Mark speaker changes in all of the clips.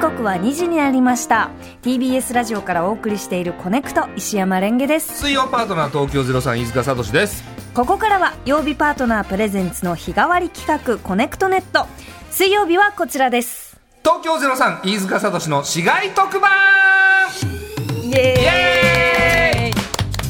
Speaker 1: 刻は2時になりました TBS ラジオからお送りしているコネクト石山レンゲです
Speaker 2: 水曜パートナー東京03飯塚聡です
Speaker 1: ここからは曜日パートナープレゼンツの日替わり企画コネクトネット水曜日はこちらです
Speaker 2: 東京03飯塚聡の市街特番
Speaker 1: イエーイ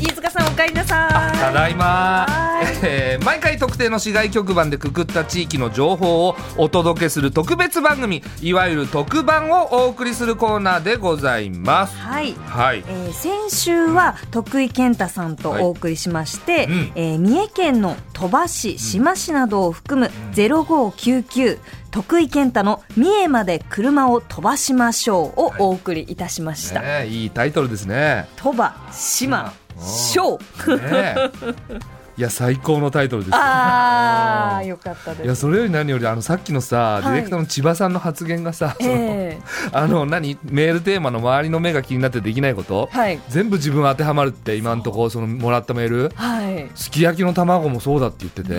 Speaker 1: 飯塚さんおかえりなさい
Speaker 2: ただいま
Speaker 1: は、
Speaker 2: え ー毎回特定の市街局番でくくった地域の情報をお届けする特別番組いわゆる特番をお送りするコーナーでございます
Speaker 1: はい
Speaker 2: はい
Speaker 1: えー先週は徳井健太さんと
Speaker 2: はい
Speaker 1: お送りしまして、
Speaker 2: うん
Speaker 1: えー三重県の鳥羽市、志摩市などを含む0599徳井健太の三重まで車を飛ばしましょうをお送りいたしました。
Speaker 2: ねえいいタイトルで すね
Speaker 1: 鳥羽、島、
Speaker 2: うん
Speaker 1: しょう。
Speaker 2: ねえいや最高のタイトルですよ
Speaker 1: あー、よかった
Speaker 2: い
Speaker 1: で
Speaker 2: や
Speaker 1: す。
Speaker 2: それより何よりあのさっきのさ、
Speaker 1: い
Speaker 2: ディレクターの千葉さんの発言がさ、その
Speaker 1: え
Speaker 2: あの何メールテーマの周りの目が気になってできないこと、
Speaker 1: えはい。
Speaker 2: 全部自分当てはまるって今のところそのもらったメール
Speaker 1: はい。
Speaker 2: すき焼きの卵もそうだって言ってて、
Speaker 1: ね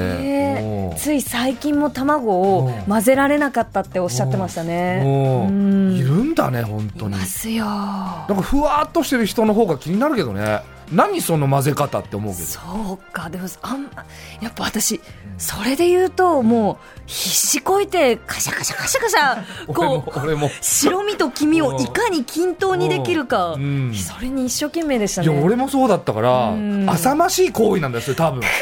Speaker 1: え
Speaker 2: おう
Speaker 1: つい最近も卵を混ぜられなかったっておっしゃってましたね。
Speaker 2: おう
Speaker 1: うん
Speaker 2: いるんだね本
Speaker 1: い
Speaker 2: 当に
Speaker 1: ますよ。
Speaker 2: なんかふわっとしてる人の方が気になるけどね何その混ぜ方って思うけど
Speaker 1: そうかでもあんまやっぱ私それで言うともう必死こいてカシャカシャカシャカシャ
Speaker 2: 俺も
Speaker 1: こう
Speaker 2: 俺も
Speaker 1: 白身と黄身をいかに均等にできるか
Speaker 2: うん
Speaker 1: それに一生懸命でした
Speaker 2: いや
Speaker 1: ね
Speaker 2: 俺もそうだったから
Speaker 1: うん
Speaker 2: 浅ましい行為なんですよ多分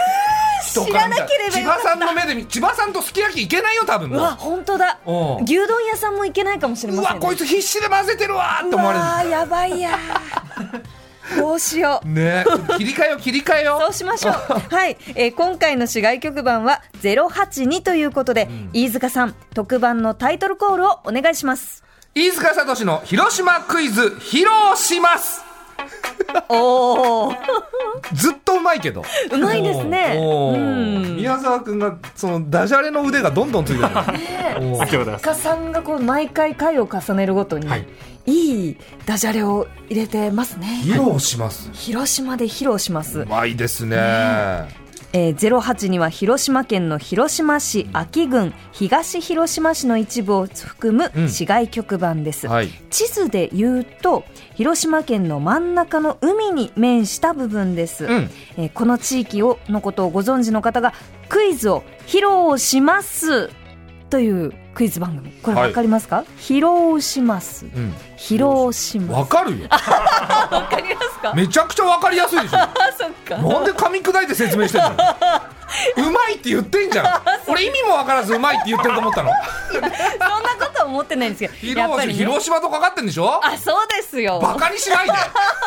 Speaker 1: 知らなければ
Speaker 2: 千
Speaker 1: よか
Speaker 2: 葉
Speaker 1: っ
Speaker 2: さんの目で見千葉さんとすき焼きいけないよ多分
Speaker 1: たうわ本当だ
Speaker 2: もううん
Speaker 1: 牛丼屋さんも行けないかもしれ
Speaker 2: う
Speaker 1: ませ
Speaker 2: わ
Speaker 1: んね
Speaker 2: こいつ必死で混ぜてるわーって思われる
Speaker 1: うわーやばいや ーどうしよう
Speaker 2: ねえ切り替えよう切り替えよ
Speaker 1: そうしま しょう。はい、えー今回の市外局番はゼロ八二ということで、飯塚さん特番のタイトルコールをお願いします。
Speaker 2: 飯塚聡の広島クイズ披露します
Speaker 1: おお、
Speaker 2: ずっとうまいけど
Speaker 1: うまいですね
Speaker 2: おー
Speaker 1: うん
Speaker 2: 宮沢君がそのダジャレの腕がどんどんついてるおー
Speaker 3: でございます。
Speaker 1: かさんがこう毎回回を重ねるごとに、
Speaker 3: はい
Speaker 1: い、いダジャレを入れてますね。
Speaker 2: 披露します
Speaker 1: 広島で披露しま
Speaker 2: う
Speaker 1: す。
Speaker 2: まいですね
Speaker 1: えー、08には広島県の広島市安芸郡東広島市の一部を含
Speaker 2: うん
Speaker 1: む市外局番です。
Speaker 2: はい
Speaker 1: 地図で言うと広島県の真ん中の海に面した部分です、
Speaker 2: うん
Speaker 1: えーこの地域をのことをご存知の方がクイズを披露しますというクイズ番組これ
Speaker 2: はい
Speaker 1: わかりますか、披露します
Speaker 2: うん
Speaker 1: 披露しま
Speaker 2: わかるよ
Speaker 1: すわかりますか
Speaker 2: めちゃくちゃわかりやすいでしょ
Speaker 1: あそっか
Speaker 2: なんで噛み砕いて説明してんのうまいって言ってんじゃん俺意味もわからずうまいって言ってると思ったの
Speaker 1: そんなことは思ってないんですけどやっ
Speaker 2: 広
Speaker 1: ぱ
Speaker 2: 島
Speaker 1: り、ね、
Speaker 2: 広島とかかってんでしょ
Speaker 1: あそうですよ
Speaker 2: バカにしないで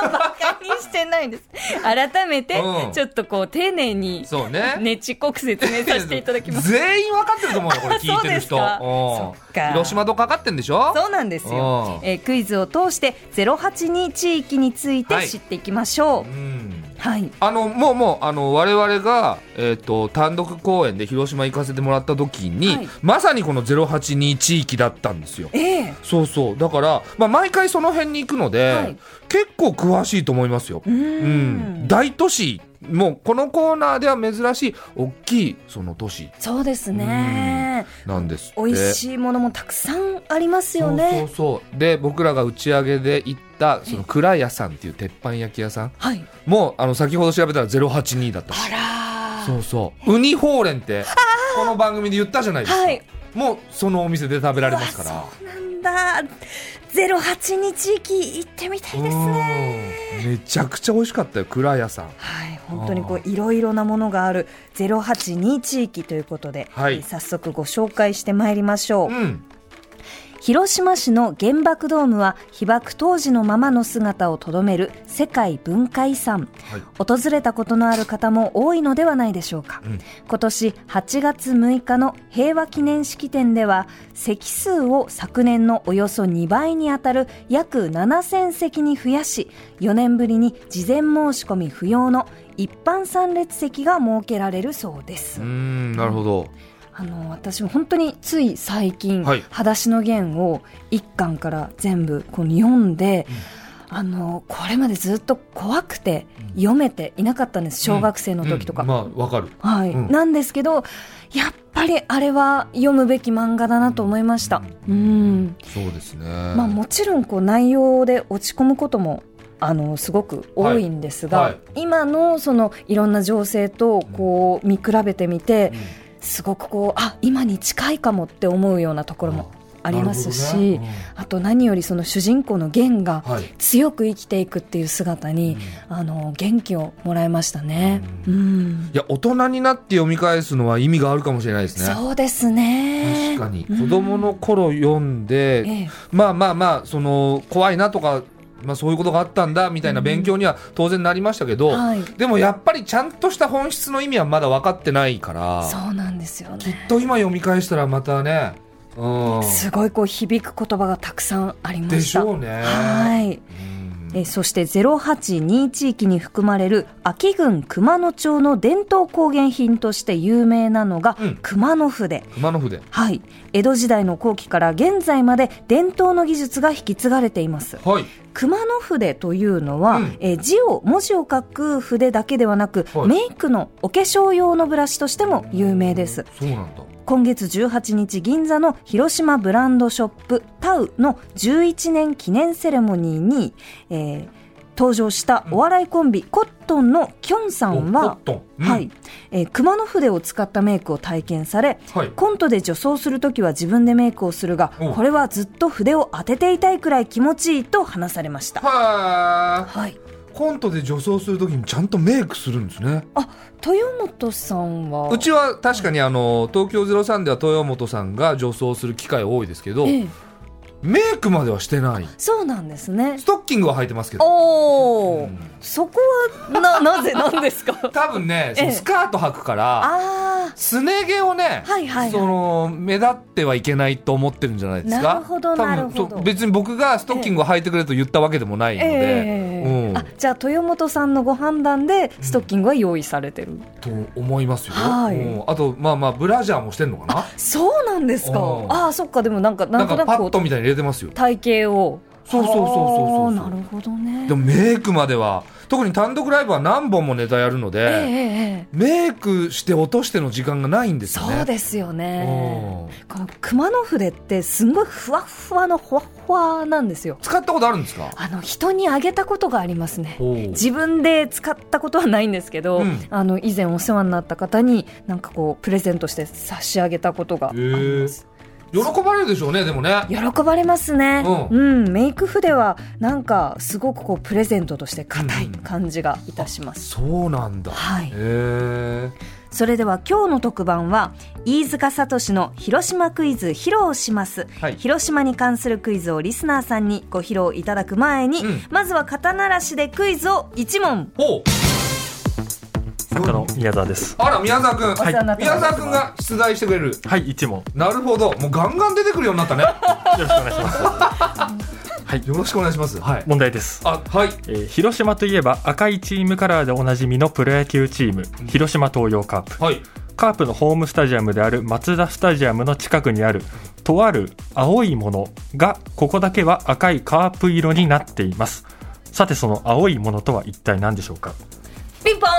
Speaker 1: バカにしてないんです改めて
Speaker 2: うん
Speaker 1: ちょっとこう丁寧に
Speaker 2: そうね
Speaker 1: ねちっこく説明させていただきます
Speaker 2: 全員分かってると思うよこれ聞いてる人
Speaker 1: あ
Speaker 2: う
Speaker 1: そ
Speaker 2: ん
Speaker 1: うですかそっか
Speaker 2: 広島とかかってんでしょ
Speaker 1: そうなんですよ
Speaker 2: う、ん
Speaker 1: えークイズを通して082地域につい
Speaker 2: はい
Speaker 1: て知っていきましょう
Speaker 2: うん
Speaker 1: はい、
Speaker 2: あのもうもうあの我々が、えー、と単独公演で広島行かせてもらった時に、
Speaker 1: はい
Speaker 2: まさにこの082地域だったんですよ
Speaker 1: ええ
Speaker 2: そうそうだから、まあ、毎回その辺に行くので、
Speaker 1: はい
Speaker 2: 結構詳しいと思いますよ、
Speaker 1: うー
Speaker 2: うん大都市もうこのコーナーでは珍しい大きいその都市
Speaker 1: そうですね
Speaker 2: なんですって
Speaker 1: 美味しいものもたくさんありますよね
Speaker 2: そうそうそうで僕らが打ち上げで行ったその蔵屋さんっていう鉄板焼き屋さん
Speaker 1: はい
Speaker 2: もあの先ほど調べたら082だった
Speaker 1: あら
Speaker 2: そうそうウニほうれんってこの番組で言ったじゃないですか、
Speaker 1: はい
Speaker 2: もうそのお店で食べられますか
Speaker 1: う
Speaker 2: ら
Speaker 1: わそうなんだ082地域行ってみたいですね
Speaker 2: うんめちゃくちゃ美味しかったよ蔵屋さん
Speaker 1: はい、本当にこういろいろなものがある082地域ということで、
Speaker 2: はい
Speaker 1: えー早速ご紹介してまいりましょう、
Speaker 2: うん
Speaker 1: 広島市の原爆ドームは被爆当時のままの姿をとどめる世界文化遺産
Speaker 2: はい
Speaker 1: 訪れたことのある方も多いのではないでしょうか、
Speaker 2: うん
Speaker 1: 今年8月6日の平和記念式典では席数を昨年のおよそ2倍にあたる約7000席に増やし4年ぶりに事前申し込み不要の一般参列席が設けられるそうです、
Speaker 2: うんなるほど
Speaker 1: あの私も本当につい最近「
Speaker 2: はい
Speaker 1: 裸足の弦」を一巻から全部こう読んで、あのこれまでずっと怖くて読めていなかったんです小学生の時とか、
Speaker 2: うんまあわかる
Speaker 1: はい、
Speaker 2: うん
Speaker 1: なんですけどやっぱりあれは読むべき漫画だなと思いましたうん、
Speaker 2: そうですね
Speaker 1: まあ、もちろんこう内容で落ち込むこともあのすごく多いんですが、
Speaker 2: はいはい
Speaker 1: 今のそのいろんな情勢とこう見比べてみて
Speaker 2: うん
Speaker 1: すごくこうあ今に近いかもって思うようなところもありますし、
Speaker 2: なるほどね
Speaker 1: あと何よりその主人公の源が
Speaker 2: うんはい
Speaker 1: 強く生きていくっていう姿に、あの元気をもらいましたね。
Speaker 2: う
Speaker 1: うん
Speaker 2: いや大人になって読み返すのは意味があるかもしれないですね
Speaker 1: そうですね
Speaker 2: 確かに子供の頃読んで、
Speaker 1: ええ
Speaker 2: まあまあまあその怖いなとか、まあ、そういうことがあったんだみたいな勉強には当然なりましたけど、
Speaker 1: はい
Speaker 2: でもやっぱりちゃんとした本質の意味はまだ分かってないから
Speaker 1: そうなんですよ
Speaker 2: きっ
Speaker 1: ね
Speaker 2: と今読み返したらまたね、うん、
Speaker 1: すごいこう響く言葉がたくさんありま
Speaker 2: で
Speaker 1: し
Speaker 2: したょうね。
Speaker 1: はい
Speaker 2: うん
Speaker 1: えーそして082地域に含まれる秋郡熊野町の伝統工芸品として有名なのが、
Speaker 2: うん
Speaker 1: 熊野筆
Speaker 2: 熊野筆
Speaker 1: はい江戸時代の後期から現在まで伝統の技術が引き継がれています
Speaker 2: はい
Speaker 1: 熊野筆というのは、
Speaker 2: うん
Speaker 1: えー字を文字を書く筆だけではなく、
Speaker 2: はい
Speaker 1: メイクのお化粧用のブラシとしても有名です
Speaker 2: そうなんだ
Speaker 1: 今月18日銀座の広島ブランドショップタウの11年記念セレモニーに、えー登場したお笑いコンビ、コットンのきょんさん
Speaker 2: おコ
Speaker 1: は
Speaker 2: ッ、トンうん
Speaker 1: はいえー熊野筆を使ったメイクを体験され
Speaker 2: はい
Speaker 1: コントで女装するときは自分でメイクをするが
Speaker 2: お
Speaker 1: これはずっと筆を当てていたいくらい気持ちいいと話されました。
Speaker 2: は
Speaker 1: はい、
Speaker 2: ーコントで女装するときにちゃんとメイクするんですね
Speaker 1: あ豊本さんは
Speaker 2: うちは確かにあの東京03では豊本さんが女装する機会多いですけど、
Speaker 1: ええ
Speaker 2: メイクまではしてない
Speaker 1: そうなんですね
Speaker 2: ス。トッキングは履いてますけど
Speaker 1: おお、
Speaker 2: うん
Speaker 1: そこは ななぜなんですか
Speaker 2: 多分ねそ
Speaker 1: え
Speaker 2: の
Speaker 1: え
Speaker 2: スカート履くから
Speaker 1: あ
Speaker 2: すね毛をね、
Speaker 1: はいはいはい
Speaker 2: その目立ってはいけないと思ってるんじゃないです
Speaker 1: な
Speaker 2: か
Speaker 1: るほど
Speaker 2: 多分
Speaker 1: なるほど
Speaker 2: そう別に僕がストッキングを履いてくれと言ったわけでもない
Speaker 1: ー
Speaker 2: ので、
Speaker 1: ええ
Speaker 2: うん
Speaker 1: あじゃあ豊本さんのご判断でストッキングは用意されてる、
Speaker 2: と思いますよ、
Speaker 1: はい
Speaker 2: うんあとまあまあブラジャーもしてんのかな
Speaker 1: そうなんですか
Speaker 2: うん
Speaker 1: ああそっかでもなんかな
Speaker 2: なんん
Speaker 1: と
Speaker 2: か
Speaker 1: な
Speaker 2: パ
Speaker 1: く
Speaker 2: ッ
Speaker 1: こ
Speaker 2: とみたいに入れてますよ
Speaker 1: う体型を
Speaker 2: そうそうそうそうそう
Speaker 1: あーなるほどね
Speaker 2: でもメイクまでは特に単独ライブは何本もネタやるの
Speaker 1: ええ
Speaker 2: で、
Speaker 1: ええええ
Speaker 2: メイクして落としての時間がないんですよね
Speaker 1: そうですよね
Speaker 2: うん
Speaker 1: この熊野筆ってすんごいふわっふわのほわっほわなんですよ
Speaker 2: 使ったことあるんですか
Speaker 1: あの人にあげたことがありますね
Speaker 2: ほう
Speaker 1: 自分で使ったことはないんですけど、
Speaker 2: うん
Speaker 1: あの以前お世話になった方になんかこうプレゼントして差し上げたことがあります、
Speaker 2: 喜ばれるでしょうねでもね
Speaker 1: 喜ばれますね、
Speaker 2: う
Speaker 1: うんメイク筆はなんかすごくこうプレゼントとして硬
Speaker 2: う
Speaker 1: い
Speaker 2: ん
Speaker 1: 感じがいたします、
Speaker 2: そうなんだ
Speaker 1: はい
Speaker 2: へえ
Speaker 1: それでは今日の特番は飯塚聡の広島クイズ披露します、
Speaker 2: はい
Speaker 1: 広島に関するクイズをリスナーさんにご披露いただく前に、
Speaker 2: うん
Speaker 1: まずは肩慣らしでクイズを1問
Speaker 2: ほう
Speaker 3: 作家の宮沢です。
Speaker 2: あら宮沢君、
Speaker 1: 世話になってます
Speaker 2: 宮沢君が出題してくれる
Speaker 3: はい、一問。よ
Speaker 2: なるほどもうガンガン出てくるようになったね
Speaker 3: ろしくお願いします。
Speaker 2: よろしくお願いしますはい
Speaker 3: 問題です。
Speaker 2: あはい
Speaker 3: えー広島といえば赤いチームカラーでおなじみのプロ野球チーム、広島東洋カープ。
Speaker 2: はい
Speaker 3: カープのホームスタジアムであるマツダスタジアムの近くにある、とある青いものが、ここだけは赤いカープ色になっています。さて、その青いものとは一体何でしょうか
Speaker 1: ピンポン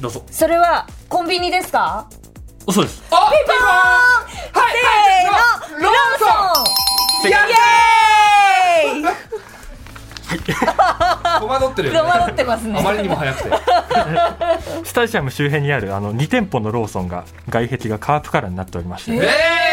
Speaker 3: どうぞ。
Speaker 1: それはコンビニですか
Speaker 3: そうです。
Speaker 2: あピ
Speaker 1: ピンポンせーのローソン
Speaker 2: ンやっ
Speaker 1: イエー
Speaker 2: たー戸惑ってる
Speaker 1: イ戸
Speaker 2: よね
Speaker 1: 惑ってますね
Speaker 2: あまりにも早くて
Speaker 3: スタジアム周辺にあるあの2店舗のローソンが、外壁がカープカラーになっておりまして、
Speaker 2: え
Speaker 1: え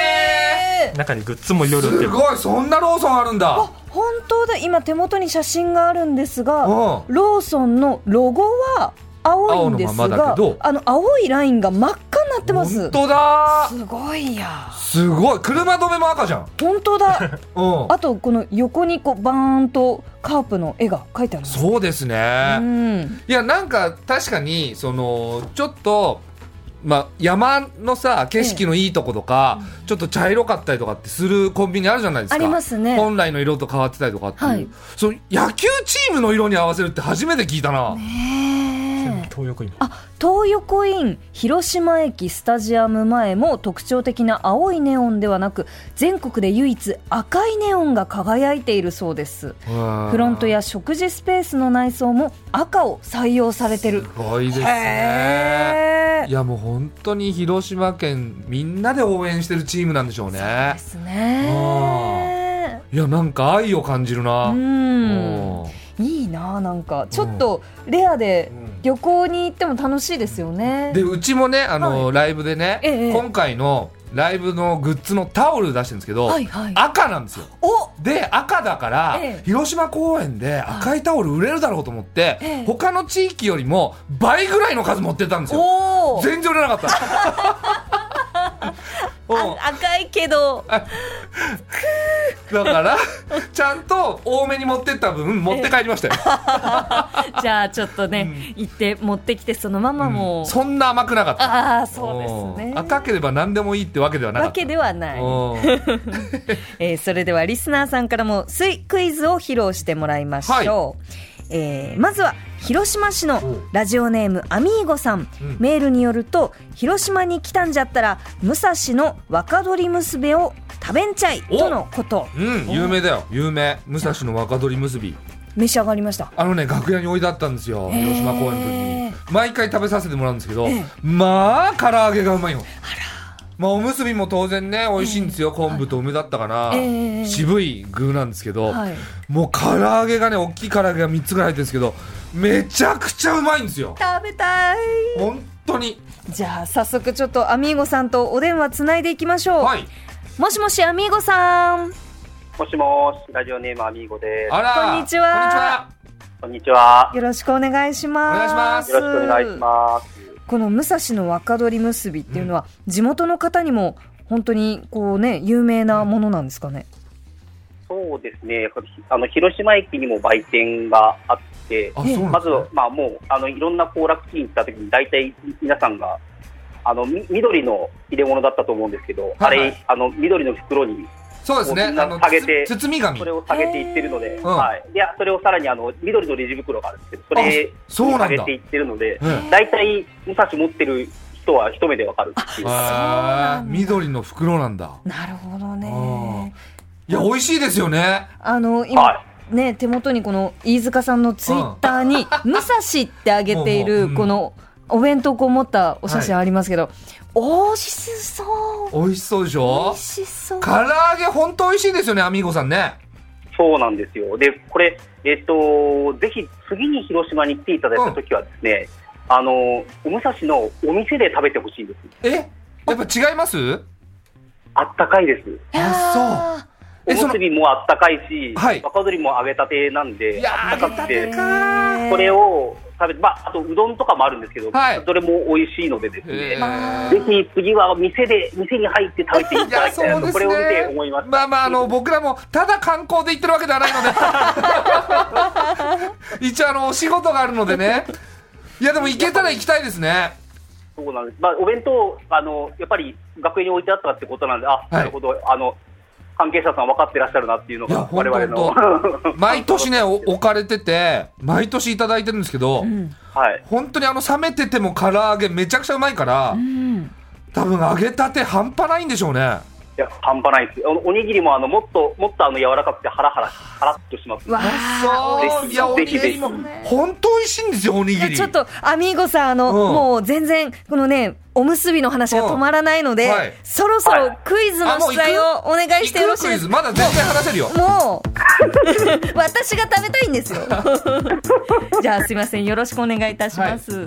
Speaker 3: 中にグッズもいろい
Speaker 2: ー
Speaker 3: ろ売って
Speaker 2: す
Speaker 3: ます。
Speaker 2: ごいそんなローソンあるんだ
Speaker 1: ー本当だ今手元に写真があるんですが
Speaker 2: うん
Speaker 1: ローソンのロゴは青いんです
Speaker 2: 青のままだ
Speaker 1: が
Speaker 2: けど
Speaker 1: あの青いラインが真っ赤になってます
Speaker 2: 本当だー
Speaker 1: すごいや
Speaker 2: すごい車止めも赤じゃん
Speaker 1: 本当 だ
Speaker 2: うん
Speaker 1: あとこの横にこうバーンとカープの絵が描いてあります
Speaker 2: そうですね、
Speaker 1: うん
Speaker 2: いやなんか確かにそのちょっと、まあ、山のさ景色のいいとことか、ちょっと茶色かったりとかってするコンビニあるじゃないですか
Speaker 1: ありますね
Speaker 2: 本来の色と変わってたりとかっていう、
Speaker 1: はい
Speaker 2: その野球チームの色に合わせるって初めて聞いたな、
Speaker 1: へーね
Speaker 3: 東横イン
Speaker 1: あ東横イン広島駅スタジアム前も特徴的な青いネオンではなく全国で唯一赤いネオンが輝いているそうですフ
Speaker 2: フ
Speaker 1: ロントや食事スペースの内装も赤を採用されてる
Speaker 2: すごいです
Speaker 1: へ
Speaker 2: ねいやもう本当に広島県みんなで応援してるチームなんでしょう
Speaker 1: ー
Speaker 2: ね
Speaker 1: ですね
Speaker 2: いやなんか愛を感じる
Speaker 1: う
Speaker 2: な、
Speaker 1: ん
Speaker 2: も
Speaker 1: いいななんかちょっとレアで
Speaker 2: うん
Speaker 1: 旅行に行っても楽しいですよね
Speaker 2: うでうちもねあの、ライブでね、
Speaker 1: ええ
Speaker 2: 今回のライブのグッズのタオル出してるんですけど、
Speaker 1: はいはい
Speaker 2: 赤なんですよ
Speaker 1: お
Speaker 2: で赤だから、
Speaker 1: ええ
Speaker 2: 広島公園で赤いタオル売れるだろうと思って、
Speaker 1: ええ
Speaker 2: 他の地域よりも倍ぐらいの数持ってったんですよ
Speaker 1: おー
Speaker 2: 全然売れなかった うん
Speaker 1: あ赤いけど
Speaker 2: だからちゃんと多めに持ってった分持って帰りました よ、
Speaker 1: じゃあちょっとね、行って持ってきてそのままもう、
Speaker 2: そんな甘くなかった
Speaker 1: ああそうです
Speaker 2: う
Speaker 1: ね
Speaker 2: ん赤ければ何でもいいってわけではなか
Speaker 1: わ
Speaker 2: った
Speaker 1: けではない、
Speaker 2: うん
Speaker 1: えーそれではリスナーさんからもスイクイズを披露してもらいましょう、えーまずは広島市のラジオネームアミーゴさん、
Speaker 2: うん
Speaker 1: メールによると広島に来たんじゃったら武蔵の若鶏結べを食べんちゃいとのこと
Speaker 2: うん、有名だよ有名武蔵の若鳥結び
Speaker 1: 召し上がりました
Speaker 2: あのね楽屋に置いてあったんですよ
Speaker 1: へー
Speaker 2: 広島公園の時に毎回食べさせてもらうんですけどまあ唐揚げがうまいよまあおむすびも当然ね美味しいんですよ昆布と梅だったかな
Speaker 1: ええ
Speaker 2: 渋い具なんですけど
Speaker 1: はい
Speaker 2: もう唐揚げがね大きい唐揚げが3つぐらい入ってるんですけどめちゃくちゃうまいんですよ
Speaker 1: 食べたい
Speaker 2: 本当に
Speaker 1: じゃあ早速ちょっとアミーゴさんとお電話つないでいきましょう、
Speaker 2: はい
Speaker 1: もしもしアミーゴさん
Speaker 4: もしもし、ラジオネームアミーゴです。
Speaker 2: あら
Speaker 1: こんにちは
Speaker 2: こんにちは
Speaker 4: こんにちは。
Speaker 1: よろしくお願いします
Speaker 2: お
Speaker 4: よろしくお願いします。
Speaker 1: この武蔵の若鶏結びっていうのは、地元の方にも本当にこうね有名なものなんですかね。
Speaker 4: そうですね、あの広島駅にも売店があって、
Speaker 2: あそうなん
Speaker 4: ま
Speaker 2: で
Speaker 4: ず
Speaker 2: すね、
Speaker 4: まあ、もうあのいろんな行楽地に行った時に、大体皆さんがあのみ緑の入れ物だったと思うんですけど、
Speaker 2: はいはい
Speaker 4: あれあの、緑の袋に
Speaker 2: そうですね
Speaker 4: みんな
Speaker 2: あの
Speaker 4: 下げて
Speaker 2: つ包み紙
Speaker 4: それを下げていってるので、
Speaker 2: ん
Speaker 4: はい、でそれをさらにあの緑のレジ袋があるんですけど、それに
Speaker 2: あそうなんだ
Speaker 4: 下げていってるので、
Speaker 2: うん
Speaker 4: 大体、武蔵持ってる人は一目でわかるっていう。
Speaker 1: なんだ
Speaker 2: へー緑の袋なんだ
Speaker 1: なるほどね。
Speaker 2: いや美味しいですよね
Speaker 1: あの今、
Speaker 4: は
Speaker 1: ね手元にこの飯塚さんのツイッターに「 武蔵」ってあげてい
Speaker 2: もう
Speaker 1: る
Speaker 2: もう
Speaker 1: このお弁当こう持ったお写真ありますけど、美味しそう。
Speaker 2: 美味しそうでし
Speaker 1: 美
Speaker 2: ょ
Speaker 1: 味しそう。
Speaker 2: 唐揚げ本当美味しいですよねアミーゴさんね
Speaker 4: そうなんですよ。で、これ、えっと、ぜひ次に広島に来ていただいたときはですね、あの、お武蔵のお店で食べてほしいんです。
Speaker 2: えやっぱ違います
Speaker 4: あったかいです。
Speaker 2: あえ
Speaker 4: おむすびもあったかいし、
Speaker 2: はい
Speaker 4: 若鶏も揚げたてなん
Speaker 2: い
Speaker 4: で、
Speaker 2: やー
Speaker 4: あったかく
Speaker 2: 揚げ
Speaker 4: て
Speaker 2: た、て
Speaker 4: これ
Speaker 1: を
Speaker 4: を食べて、まあ、あとうどんとかもあるんですけど、
Speaker 2: はい
Speaker 4: どれも美味しいのでです
Speaker 2: え
Speaker 4: ね、
Speaker 2: ー
Speaker 4: ぜひ次は店で、店に入って食べていた
Speaker 2: いや
Speaker 4: だきたい
Speaker 2: そ
Speaker 4: な
Speaker 2: う
Speaker 4: と、
Speaker 2: で
Speaker 4: こ
Speaker 2: す
Speaker 4: れを見て思い
Speaker 2: ね
Speaker 4: ました。
Speaker 2: まあまああの僕らもただ観光で行ってるわけではないので一応あのお仕事があるのでねいやでも行けたら行きたいですね
Speaker 4: そうなんです。まあ、お弁当、あの、やっぱり学園に置いてあったってことなんで、あ、なるほど、あの、関係者さん分かってらっしゃるなっていうの
Speaker 2: いや
Speaker 4: が、
Speaker 2: 本
Speaker 4: 我
Speaker 2: 当
Speaker 4: 々の。
Speaker 2: 毎年ねお置かれてて毎年いただいてるんですけど、
Speaker 4: はい。
Speaker 2: 本当にあの冷めてても唐揚げめちゃくちゃうまいから、
Speaker 1: うん
Speaker 2: 多分揚げたて半端ないんでしょうね
Speaker 4: いや、半端ないです。おおにぎりも、あの、もっと、もっと、あの、柔らかくて、ハラハラ、ハラっとします。
Speaker 1: わあ
Speaker 2: そう
Speaker 4: ぜひ
Speaker 2: いやおにぎ
Speaker 4: ぜ
Speaker 2: り
Speaker 4: ひ
Speaker 2: も本当美味しいんですよおに
Speaker 1: い
Speaker 2: ぎ
Speaker 1: や
Speaker 2: り
Speaker 1: ちょっとアミーゴさんあの、
Speaker 2: うん
Speaker 1: もう全然このねおむすびの話が止まらないので、
Speaker 2: うんはい
Speaker 1: そろそろクイズの出題をお願いしてよろしい
Speaker 2: ク
Speaker 1: で
Speaker 2: イ
Speaker 1: す
Speaker 2: ズ
Speaker 1: か
Speaker 2: まだ全然話せるよ
Speaker 1: もう私が食べたいんです よじゃあすいませんよろしくお願いいたします、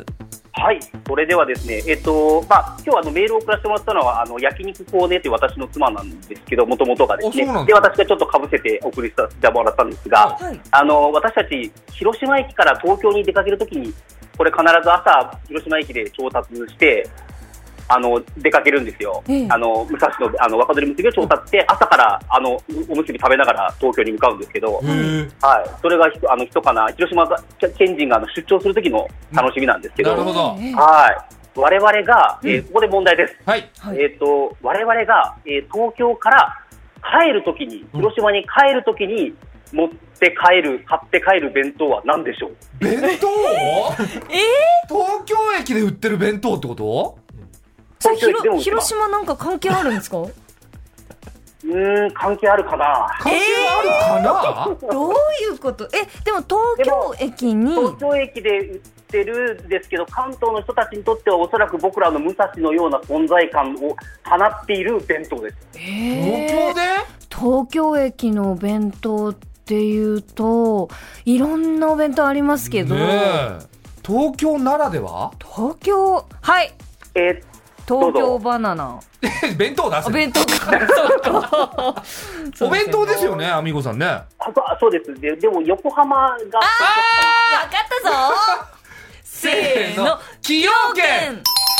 Speaker 4: はい。それではですね、えっと、まあ、今日、あの、メールを送らせてもらったのは、あの、焼肉コーネという私の妻なんですけど、もともとがです
Speaker 2: あそうな
Speaker 4: ね。
Speaker 2: ん
Speaker 4: で、
Speaker 2: だ
Speaker 4: 私がちょっと被せて送りさせてもらったんですが、
Speaker 1: はい
Speaker 4: あの私たち、広島駅から東京に出かけるときに、これ、必ず朝、広島駅で調達して、あの出かけるんですよ、
Speaker 1: ええ
Speaker 4: あの武蔵のあの若鳥結びを調達して、朝からあのおむすび食べながら東京に向かうんですけど、
Speaker 2: へー
Speaker 4: はい、それがひあのひとかな、広島が県人があの出張する時の楽しみなんですけど、
Speaker 2: なるほど
Speaker 1: ええ
Speaker 4: はい我々が、えーここで問題です。
Speaker 2: はい
Speaker 1: はい
Speaker 4: えっ、と、我々が、えー東京から帰るときに、広島に帰るときに、持って帰る、買って帰る弁当は何でしょう
Speaker 2: 弁当東京駅で売ってる弁当ってこと
Speaker 1: それ
Speaker 4: 東京駅でも
Speaker 1: 広広島なんか関係あるんですか
Speaker 4: うーん、関係あるかな
Speaker 2: 関係あるかな、
Speaker 1: どういうことえでも東京駅に
Speaker 4: 東京駅で売ってるんですけど、関東の人たちにとっては、おそらく僕らの武蔵のような存在感を放っている弁当です。
Speaker 1: えー
Speaker 2: 東京で
Speaker 1: 東京駅のお弁当っていうといろんなお弁当ありますけど、
Speaker 2: ねえ東京ならでは
Speaker 1: 東京はい
Speaker 4: えー
Speaker 1: 東
Speaker 4: ど
Speaker 1: 京
Speaker 4: うぞ
Speaker 1: バナナ
Speaker 2: 弁当出
Speaker 1: お
Speaker 2: せ
Speaker 1: 弁当かそうか
Speaker 2: お弁当ですよねアミゴさんね
Speaker 4: あそうあそうですで、でも横浜が、
Speaker 1: あー分かったぞせーの
Speaker 2: 崎陽軒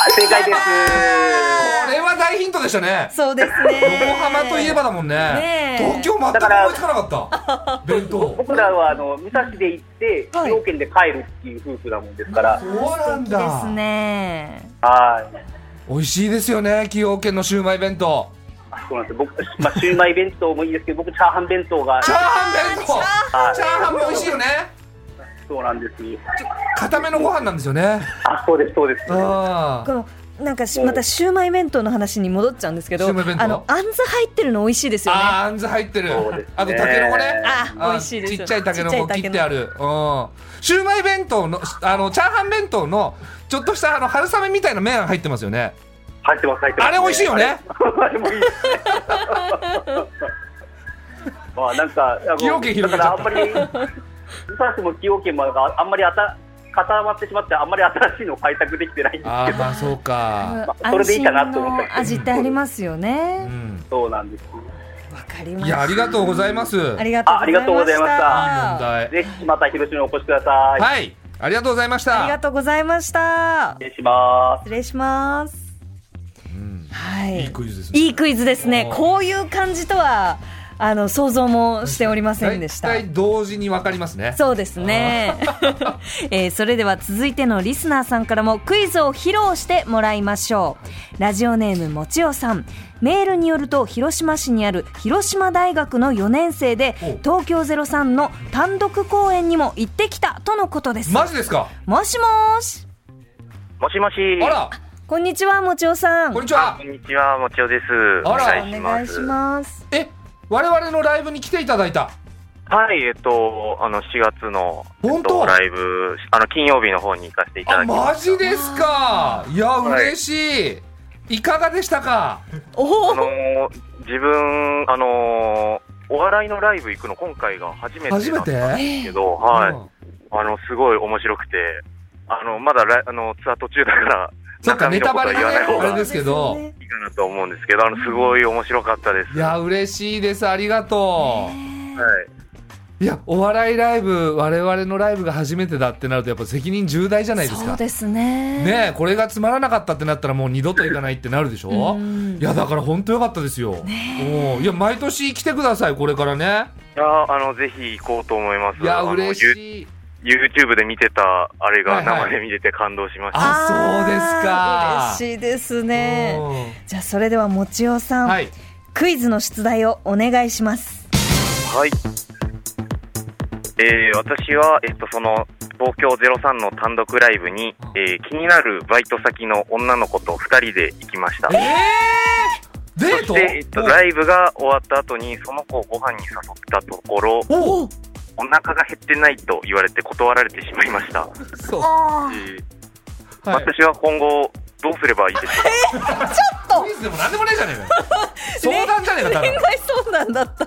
Speaker 4: あ正解です。
Speaker 2: これは大ヒントでしたね
Speaker 1: そうです
Speaker 2: 横
Speaker 1: ね
Speaker 2: 浜といえばだもんね
Speaker 1: ねえ
Speaker 2: 東京全く思いつかなか った弁当
Speaker 4: 僕らはあの武蔵で行って、
Speaker 1: はい
Speaker 4: 崎陽軒で帰るっていう夫婦だもんですから、
Speaker 2: そうなん
Speaker 1: で
Speaker 2: だ
Speaker 1: すね
Speaker 4: はい。
Speaker 2: 美味しいですよね崎陽軒のシウマイ弁当
Speaker 4: あそうなんです。僕、まあ、シューマイ弁当もいいですけど、僕、チャーハン弁当が、
Speaker 2: チャーハン弁当
Speaker 4: はい
Speaker 2: チャーハンも美味しいよね
Speaker 4: そうなんですよ。
Speaker 2: 固めのご飯なんですよ ね
Speaker 4: あ、そうです、そうです。
Speaker 2: あ
Speaker 1: このなんかしまたシューマイ弁当の話に戻っちゃうんですけど
Speaker 2: シューマイ弁当
Speaker 1: あのあんず入ってるの美味しいですよね
Speaker 2: あーあんず入ってる
Speaker 4: そうですね
Speaker 2: あとタケノコね
Speaker 1: あ
Speaker 2: あ
Speaker 1: 美味しいです
Speaker 2: ちっちゃいタケノコ
Speaker 1: ちっちゃいタケノコ
Speaker 2: 切ってあるうんシューマイ弁当のあのチャーハン弁当のちょっとしたあの春雨みたいな麺入ってますよね
Speaker 4: 入ってます、入ってます。
Speaker 2: あれ美味しいよね
Speaker 4: あれ。あれ もいいですね。まあ、なんか、あ
Speaker 2: 崎陽軒広げちゃ
Speaker 4: だ
Speaker 2: っ
Speaker 4: から、あんまり。武蔵も崎陽軒も、ああんまりあた、固まってしまって、あんまり新しいの開拓できてないんです
Speaker 2: ああ
Speaker 4: けど。
Speaker 2: まあそうか
Speaker 4: あそれでいいかなと思った
Speaker 1: 安心の味ってありますよ
Speaker 2: う
Speaker 1: ね
Speaker 2: ん
Speaker 4: そうなんです。
Speaker 1: わかりま
Speaker 2: い
Speaker 1: し
Speaker 2: や
Speaker 1: た
Speaker 2: ありがとうございますいい問
Speaker 1: ありがとう
Speaker 4: あありがとう
Speaker 1: ご
Speaker 4: ご
Speaker 1: ざ
Speaker 4: ざ
Speaker 1: い
Speaker 4: い
Speaker 1: ま
Speaker 4: ま
Speaker 1: し
Speaker 4: し
Speaker 1: た
Speaker 4: た
Speaker 2: 題
Speaker 4: ぜひ、また広島にお越しください。い。
Speaker 2: はいありがとうございまし
Speaker 1: ありが
Speaker 2: た
Speaker 1: とうございました
Speaker 4: 失礼します。
Speaker 1: 失礼します、
Speaker 2: ん
Speaker 1: はい
Speaker 2: いいクイズですね
Speaker 1: いいクイズですね
Speaker 2: おー
Speaker 1: こういう感じとはあの想像もしておりませんでした
Speaker 2: 大体同時に分かりますね
Speaker 1: そうです ね、えーそれでは続いてのリスナーさんからもクイズを披露してもらいましょうラジオネームもちおさんメールによると広島市にある広島大学の4年生で
Speaker 2: お
Speaker 1: 東京03の単独公演にも行ってきたとのことです、
Speaker 2: マジですか
Speaker 1: もしもし
Speaker 5: もしもし。
Speaker 2: あら
Speaker 1: こんにちはもちおさん
Speaker 2: こんにち
Speaker 5: あ
Speaker 2: は
Speaker 5: こんにちは、もちおです。
Speaker 2: あら
Speaker 1: お願いします
Speaker 2: え我々のライブに来ていただいた
Speaker 5: はい、えっと、あの、4月の、えっと
Speaker 2: 本当
Speaker 5: ライブ、あの、金曜日の方に行かせていた
Speaker 2: あ
Speaker 5: だきま
Speaker 2: マ
Speaker 5: した。
Speaker 2: ジですかいや
Speaker 5: はい
Speaker 2: 嬉しいいかがでしたか
Speaker 1: お
Speaker 5: あ
Speaker 1: お
Speaker 5: のー、自分、あのー、お笑いのライブ行くの今回が初めてなん
Speaker 2: 初
Speaker 5: で
Speaker 2: め
Speaker 5: す
Speaker 2: て
Speaker 5: けど、はい、
Speaker 2: うん
Speaker 5: あの、すごい面白くて、あの、まだライ、あの、ツアー途中だから、
Speaker 2: そっかネタバレが
Speaker 5: 言わ
Speaker 2: ね
Speaker 5: ない方
Speaker 2: あ
Speaker 5: が
Speaker 2: れですけど
Speaker 5: いいかなと思うんですけど、あの、すごい面白かったです。
Speaker 2: いや嬉しいですありがと
Speaker 5: はい。
Speaker 2: ういやお笑いライブ我々のライブが初めてだってなるとやっぱ責任重大じゃないです
Speaker 1: そう
Speaker 2: か
Speaker 1: ですね
Speaker 2: ねえこれがつまらなかったってなったらもう二度と行かないってなるでしょ
Speaker 1: うん
Speaker 2: いやだから本当良かったですよ、おういや毎年来てくださいこれからね
Speaker 5: いやあの、ぜひ行こうと思います。
Speaker 2: いや
Speaker 5: あの
Speaker 2: 嬉
Speaker 5: ゆ
Speaker 2: しい
Speaker 5: YouTube で見てた、あれが
Speaker 2: はいはい
Speaker 5: 生で見てて感動しました。
Speaker 2: あそうですか
Speaker 1: あー嬉しいですね
Speaker 2: う
Speaker 1: じゃあそれではもちおさ
Speaker 2: ん
Speaker 1: ん、
Speaker 2: はい
Speaker 1: クイズの出題をお願いします
Speaker 5: はい。えー私は、えっと、その、東京03の単独ライブに、えー気になるバイト先の女の子と2人で行きました。
Speaker 2: えー、デート
Speaker 5: そして、えっと、
Speaker 2: おう
Speaker 5: ライブが終わった後に、その子をご飯に誘ったところ、
Speaker 2: おう
Speaker 5: お腹が減ってないと言われて断られてしまいました。
Speaker 2: そう、
Speaker 1: あ
Speaker 5: えー
Speaker 2: はい、
Speaker 5: 私は今後、どうすればいいでしょ うか
Speaker 2: クイズでもなんでもねえじゃ ねえかよ相談じゃねえかた
Speaker 1: 恋
Speaker 2: だ
Speaker 1: 愛相談だった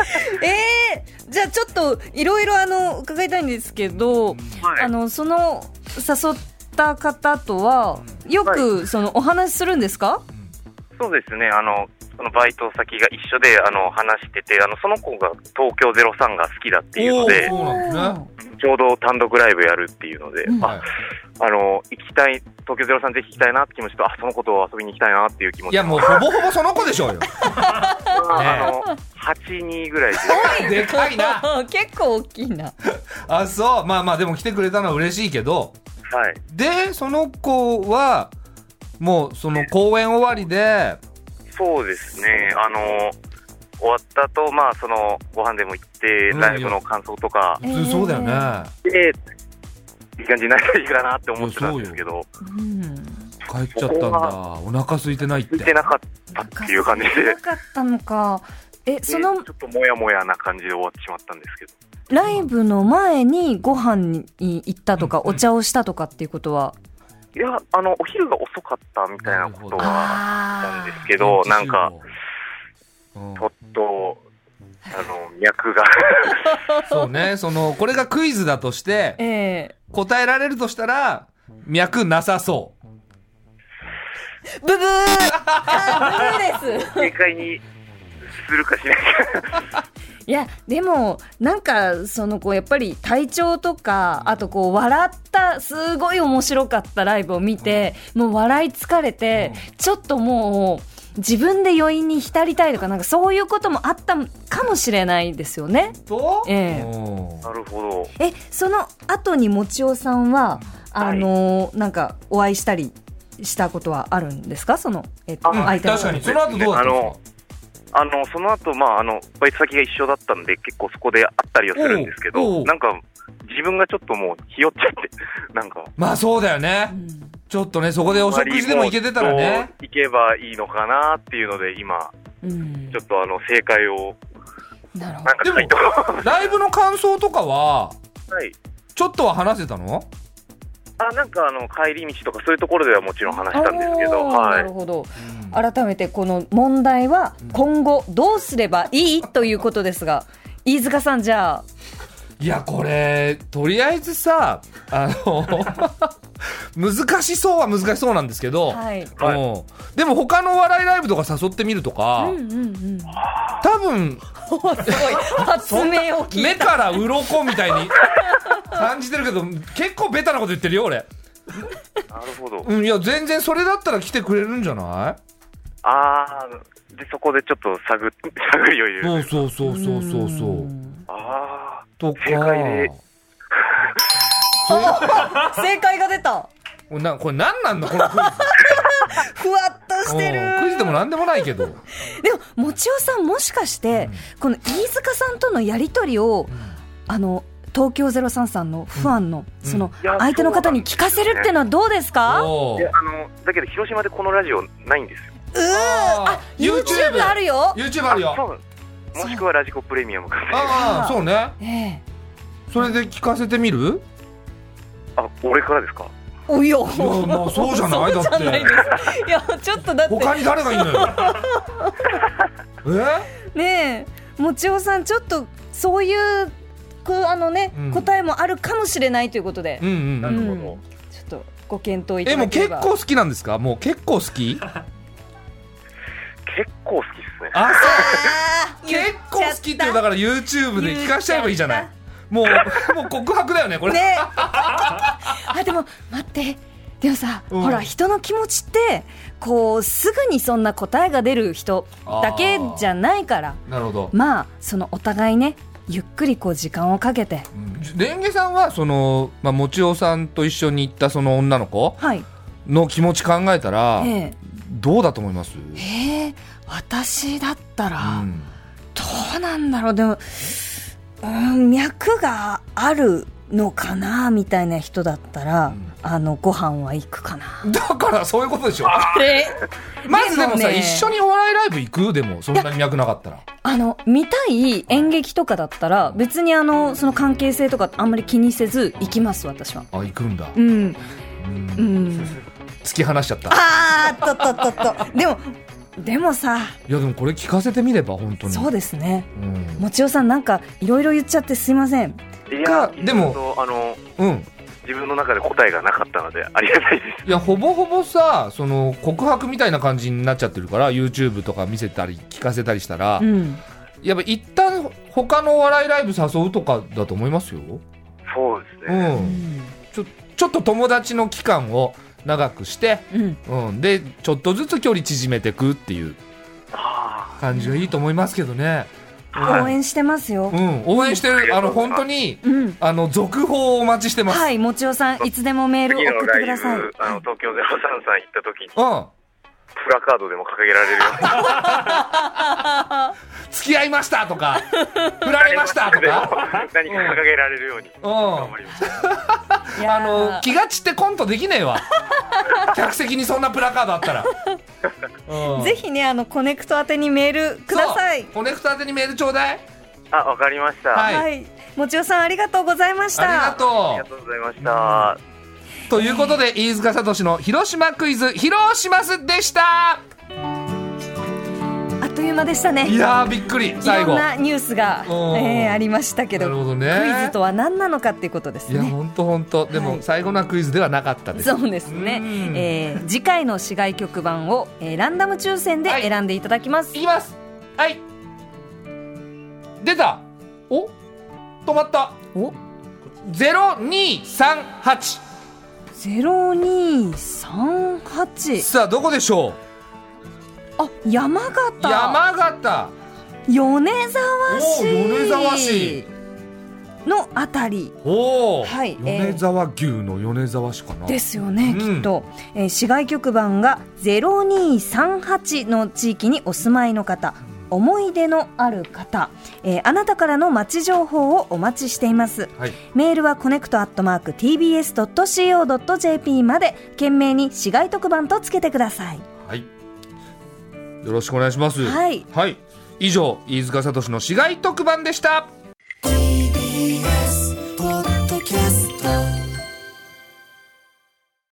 Speaker 1: えー、じゃあちょっといろいろあの伺いたいんですけど、
Speaker 5: はい
Speaker 1: あのその誘った方とはよくそのお話しするんですか、
Speaker 5: そうですね、あの、そのバイト先が一緒で、あの、話してて、あの、その子が東京03が好きだっていうので
Speaker 2: お、そうなんですね
Speaker 5: ちょうど単独ライブやるっていうので、
Speaker 1: うん
Speaker 5: あ、
Speaker 2: はい
Speaker 5: あの、行きたい、東京03ぜひ行きたいなって気持ちと、あ、その子と遊びに行きたいなっていう気持ち。
Speaker 2: いやもうほぼほぼその子でしょうよ
Speaker 5: あの、8、2ぐらいで。
Speaker 2: でかいな
Speaker 1: おー 結構大きいな
Speaker 2: あそうまあまあでも来てくれたのは嬉しいけど
Speaker 5: はい。
Speaker 2: でその子はもうその公演終わりで
Speaker 5: そうですね、あの、終わった後、まあ、そのご飯でも行って、
Speaker 2: うん
Speaker 5: ライブの感想とか、
Speaker 1: えー
Speaker 2: 普通そうだよね。
Speaker 5: で、いい感じになればいいかなって思ってたんですけど、
Speaker 1: うん
Speaker 2: 帰っちゃったんだ。お腹空いてないって。
Speaker 5: 見てなかったっていう感じで
Speaker 1: な、かったのか。え、そ
Speaker 5: で
Speaker 1: の
Speaker 5: ちょっともやもやな感じで終わってしまったんですけど、
Speaker 1: ライブの前にご飯に行ったとか、
Speaker 2: うんうん
Speaker 1: お茶をしたとかっていうことは。
Speaker 5: いや、あの、お昼が遅かったみたいなことはあったん
Speaker 1: あ
Speaker 5: ですけど、なんか、
Speaker 2: うん
Speaker 5: ちょっと、あの、脈 が、
Speaker 2: そうね、その、これがクイズだとし
Speaker 1: ー。え
Speaker 2: て、
Speaker 1: え
Speaker 2: 答えられるとしたら、脈なさそ
Speaker 1: ブブーあブブーです
Speaker 5: 正解にするかしないか。
Speaker 1: いやでもなんかそのこうやっぱり体調とかあとこう笑ったすごい面白かったライブを見て、もう笑い疲れて、ちょっともう自分で余韻に浸りたいとかなんかそういうこともあったかもしれないですよね。
Speaker 2: う。と
Speaker 1: ええ
Speaker 2: うん
Speaker 5: なるほど。
Speaker 1: えその後にもちおさんはあのーなんかお会いしたりしたことはあるんですかその、えっと、
Speaker 5: あ
Speaker 1: 相手の
Speaker 2: 確かに、その後どうだったんです
Speaker 5: あの、その後、まあ、あの、バイト先が一緒だったんで、結構そこで会ったりはするんですけ
Speaker 2: おうお
Speaker 5: ど、
Speaker 2: う
Speaker 5: なんか、自分がちょっともう、ひよっちゃって、 なんか、
Speaker 2: まあそうだよね。
Speaker 1: うん
Speaker 2: ちょっとね、そこでお食事でも行けてたらね。
Speaker 5: 行けばいいのかなっていうので、今、
Speaker 1: うん
Speaker 5: ちょっとあの、正解を、
Speaker 1: なるほど
Speaker 5: なんか回答を。 は
Speaker 2: ライブの感想とかは、
Speaker 5: い。
Speaker 2: ちょっとは話せたの
Speaker 5: あ、なんかあの、帰り道とかそういうところではもちろん話したんですけど、
Speaker 1: おー
Speaker 5: は
Speaker 1: ないる。ほど改めてこの問題は今後どうすればいいということですが飯塚さんじゃあ
Speaker 2: いや、これ、とりあえずさ、あの、 難しそうは難しそうなんですけど、
Speaker 1: はい
Speaker 5: はい
Speaker 2: うんでも他のお笑いライブとか誘ってみるとか、
Speaker 1: うんうんうん
Speaker 2: 多分、
Speaker 1: おすごい発明を聞い
Speaker 2: 目
Speaker 1: た
Speaker 2: から鱗みたいに 感じてるけど、結構ベタなこと言ってるよ、俺。
Speaker 5: なるほど。
Speaker 2: うん、いや、全然それだったら来てくれるんじゃない
Speaker 5: あー、で、そこでちょっと探っ、 探る余裕。
Speaker 2: そうそうそうそうそうそう。
Speaker 1: ん
Speaker 5: あ
Speaker 2: とか。
Speaker 5: 正解で
Speaker 1: あ正解が出た
Speaker 2: これなこれ何なんだこのクイ
Speaker 1: ふわっと
Speaker 2: ズ
Speaker 1: してる
Speaker 2: うんクイズでも何でもないけど
Speaker 1: でももちおさんもしかして、この飯塚さんとのやり取りを、あの東京ゼロ三さんのファンの、
Speaker 2: うん
Speaker 1: その
Speaker 5: いや
Speaker 1: 相手の方に聞かせるっていうのはどうですか？う
Speaker 5: ー
Speaker 2: お
Speaker 5: いや
Speaker 2: ー
Speaker 5: あの、だけど広島でこのラジオないんですよ。
Speaker 1: ーあ
Speaker 2: あ
Speaker 1: YouTube あるよ。
Speaker 2: YouTube ある
Speaker 5: 多
Speaker 2: よ
Speaker 5: 分もしくはラジコプレミアムか
Speaker 2: ああそうね
Speaker 1: ええ。
Speaker 2: それで聞かせてみる
Speaker 5: あ、俺からですか
Speaker 1: おいよ。
Speaker 2: いやまあそうじゃな い
Speaker 1: そうじゃない
Speaker 2: だ
Speaker 1: ですいやちょっとだって
Speaker 2: 他に誰がいいのよえ
Speaker 1: ねえもちおさんちょっとそういうこうあのね、
Speaker 2: うん
Speaker 1: 答えもあるかもしれないということで、
Speaker 2: うんうんう
Speaker 5: なんるほど。
Speaker 1: ちょっとご検討いた
Speaker 2: えも
Speaker 1: だ
Speaker 2: う
Speaker 1: けれ
Speaker 2: 結
Speaker 1: ば。
Speaker 2: 構好きなんですかもう結構好き
Speaker 5: 結構好きですね。
Speaker 2: あ
Speaker 1: あー
Speaker 2: そう結構好きっていうだから YouTube で聞かしちゃえばいいじゃな
Speaker 1: 言
Speaker 2: い
Speaker 1: っ
Speaker 2: もうもう告白だよねこれ
Speaker 1: ねあでも待ってでもさ、
Speaker 2: うん
Speaker 1: ほら人の気持ちってこうすぐにそんな答えが出る人だけじゃないから
Speaker 2: なるほど
Speaker 1: まあそのお互いねゆっくりこう時間をかけて
Speaker 2: レンゲさんはその、まあ、もちおさんと一緒に行ったその女の子
Speaker 1: はい
Speaker 2: の気持ち考えたら
Speaker 1: え
Speaker 2: どうだと思います、
Speaker 1: えええ私だったら、
Speaker 2: うん
Speaker 1: どうなんだろうでも、うん、脈があるのかなみたいな人だったら、
Speaker 2: ん
Speaker 1: あのご飯は行くかな
Speaker 2: だからそういうことでしょまずでもさ一緒
Speaker 1: に
Speaker 2: にお笑いライブ行くでもそんなに脈なかったら
Speaker 1: あの見たい演劇とかだったら別にあのその関係性とかあんまり気にせず行きます私は
Speaker 2: あ行くんだ、
Speaker 1: うん
Speaker 2: うん
Speaker 1: うん
Speaker 2: 突き放しちゃった
Speaker 1: あーっとっとっとっとでもでもさ
Speaker 2: いやでもこれ聞かせてみれば本当に
Speaker 1: そうですね
Speaker 2: うん、
Speaker 1: もちおさんなんかいろいろ言っちゃってすいません
Speaker 5: い
Speaker 2: かでも
Speaker 5: 意外とあの、
Speaker 2: うん、
Speaker 5: 自分の中で答えがなかったので、ありがたいです。
Speaker 2: いやほぼほぼさその告白みたいな感じになっちゃってるから YouTube とか見せたり聞かせたりしたら、
Speaker 1: うん
Speaker 2: やっぱ一旦他のお笑いライブ誘うとかだと思いますよ
Speaker 5: そうで
Speaker 2: う
Speaker 5: すね。
Speaker 2: ん、ちょちょっと友達の期間を長くして、
Speaker 1: うん
Speaker 2: うん、でちょっとずつ距離縮めてくっていう
Speaker 5: あ
Speaker 2: 感じがいいと思いますけどね、
Speaker 5: あ、
Speaker 1: 応
Speaker 5: はい。
Speaker 1: 援してますよ
Speaker 2: うん、応援してるあの本当に
Speaker 1: うん
Speaker 2: あの続報をお待ちしてます、
Speaker 1: はいもちおさんいつでもメール
Speaker 5: 次の
Speaker 1: 送って
Speaker 5: ライ
Speaker 1: ください
Speaker 5: ブ、あの、東京03さん行った時に、
Speaker 2: うん、
Speaker 5: プラカードでも掲げられるような。
Speaker 2: 伝付き合いましたと か、振られましたとか、
Speaker 5: 何か掲げられるように
Speaker 2: うん
Speaker 5: 頑張ります。
Speaker 1: いや
Speaker 2: あ
Speaker 1: ー
Speaker 2: の、気が散ってコントできねえわ。客席にそんなプラカードあったら。うん
Speaker 1: ぜひねあのコネクト宛てにメールください
Speaker 2: そうコネクト宛てにメールちょうだい。
Speaker 5: あ、わかりました。
Speaker 2: は
Speaker 5: あ
Speaker 2: い
Speaker 1: はいもちおさんありがとうございまし
Speaker 2: あり
Speaker 1: た
Speaker 2: がと
Speaker 5: りが
Speaker 2: う。
Speaker 5: とうございました。
Speaker 2: ということで、飯塚聡の広島クイズ、披露しますでした。
Speaker 1: あっという間でしたね
Speaker 2: いやー、びっくり、最
Speaker 1: いろん
Speaker 2: 後。な
Speaker 1: なニュースが、
Speaker 2: うん
Speaker 1: えーありましたけど
Speaker 2: るほど
Speaker 1: クイ
Speaker 2: ね
Speaker 1: ズと。は何なのかっていうことです
Speaker 2: いや、
Speaker 1: ね
Speaker 2: ほんとほんと。で
Speaker 1: は
Speaker 2: も、
Speaker 1: い
Speaker 2: 最後のはクイズではなかったです。
Speaker 1: そうですね
Speaker 2: う、ん
Speaker 1: えー次回の市外局番を、えーランダム抽選で
Speaker 2: はい
Speaker 1: 選んでいただきます、
Speaker 2: いきますはい出たお止まった
Speaker 1: お
Speaker 2: 0238
Speaker 1: 0238
Speaker 2: さあどこでしょう
Speaker 1: あ山形
Speaker 2: 山形
Speaker 1: 米沢市
Speaker 2: お米沢市
Speaker 1: のあたり
Speaker 2: おお、
Speaker 1: はいえー
Speaker 2: 米沢牛の米沢市かな
Speaker 1: ですよね、
Speaker 2: うん
Speaker 1: きっと、えー市外局番が0238の地域にお住まいの方思い出のある方、えーあなたからの街情報をお待ちしています
Speaker 2: はい
Speaker 1: メールはコネクトアットマーク TBS.CO.JP まで懸命に市外特番とつけてください
Speaker 2: はいよろしくお願いします
Speaker 1: はい
Speaker 2: 以上飯塚聡の市街特番でした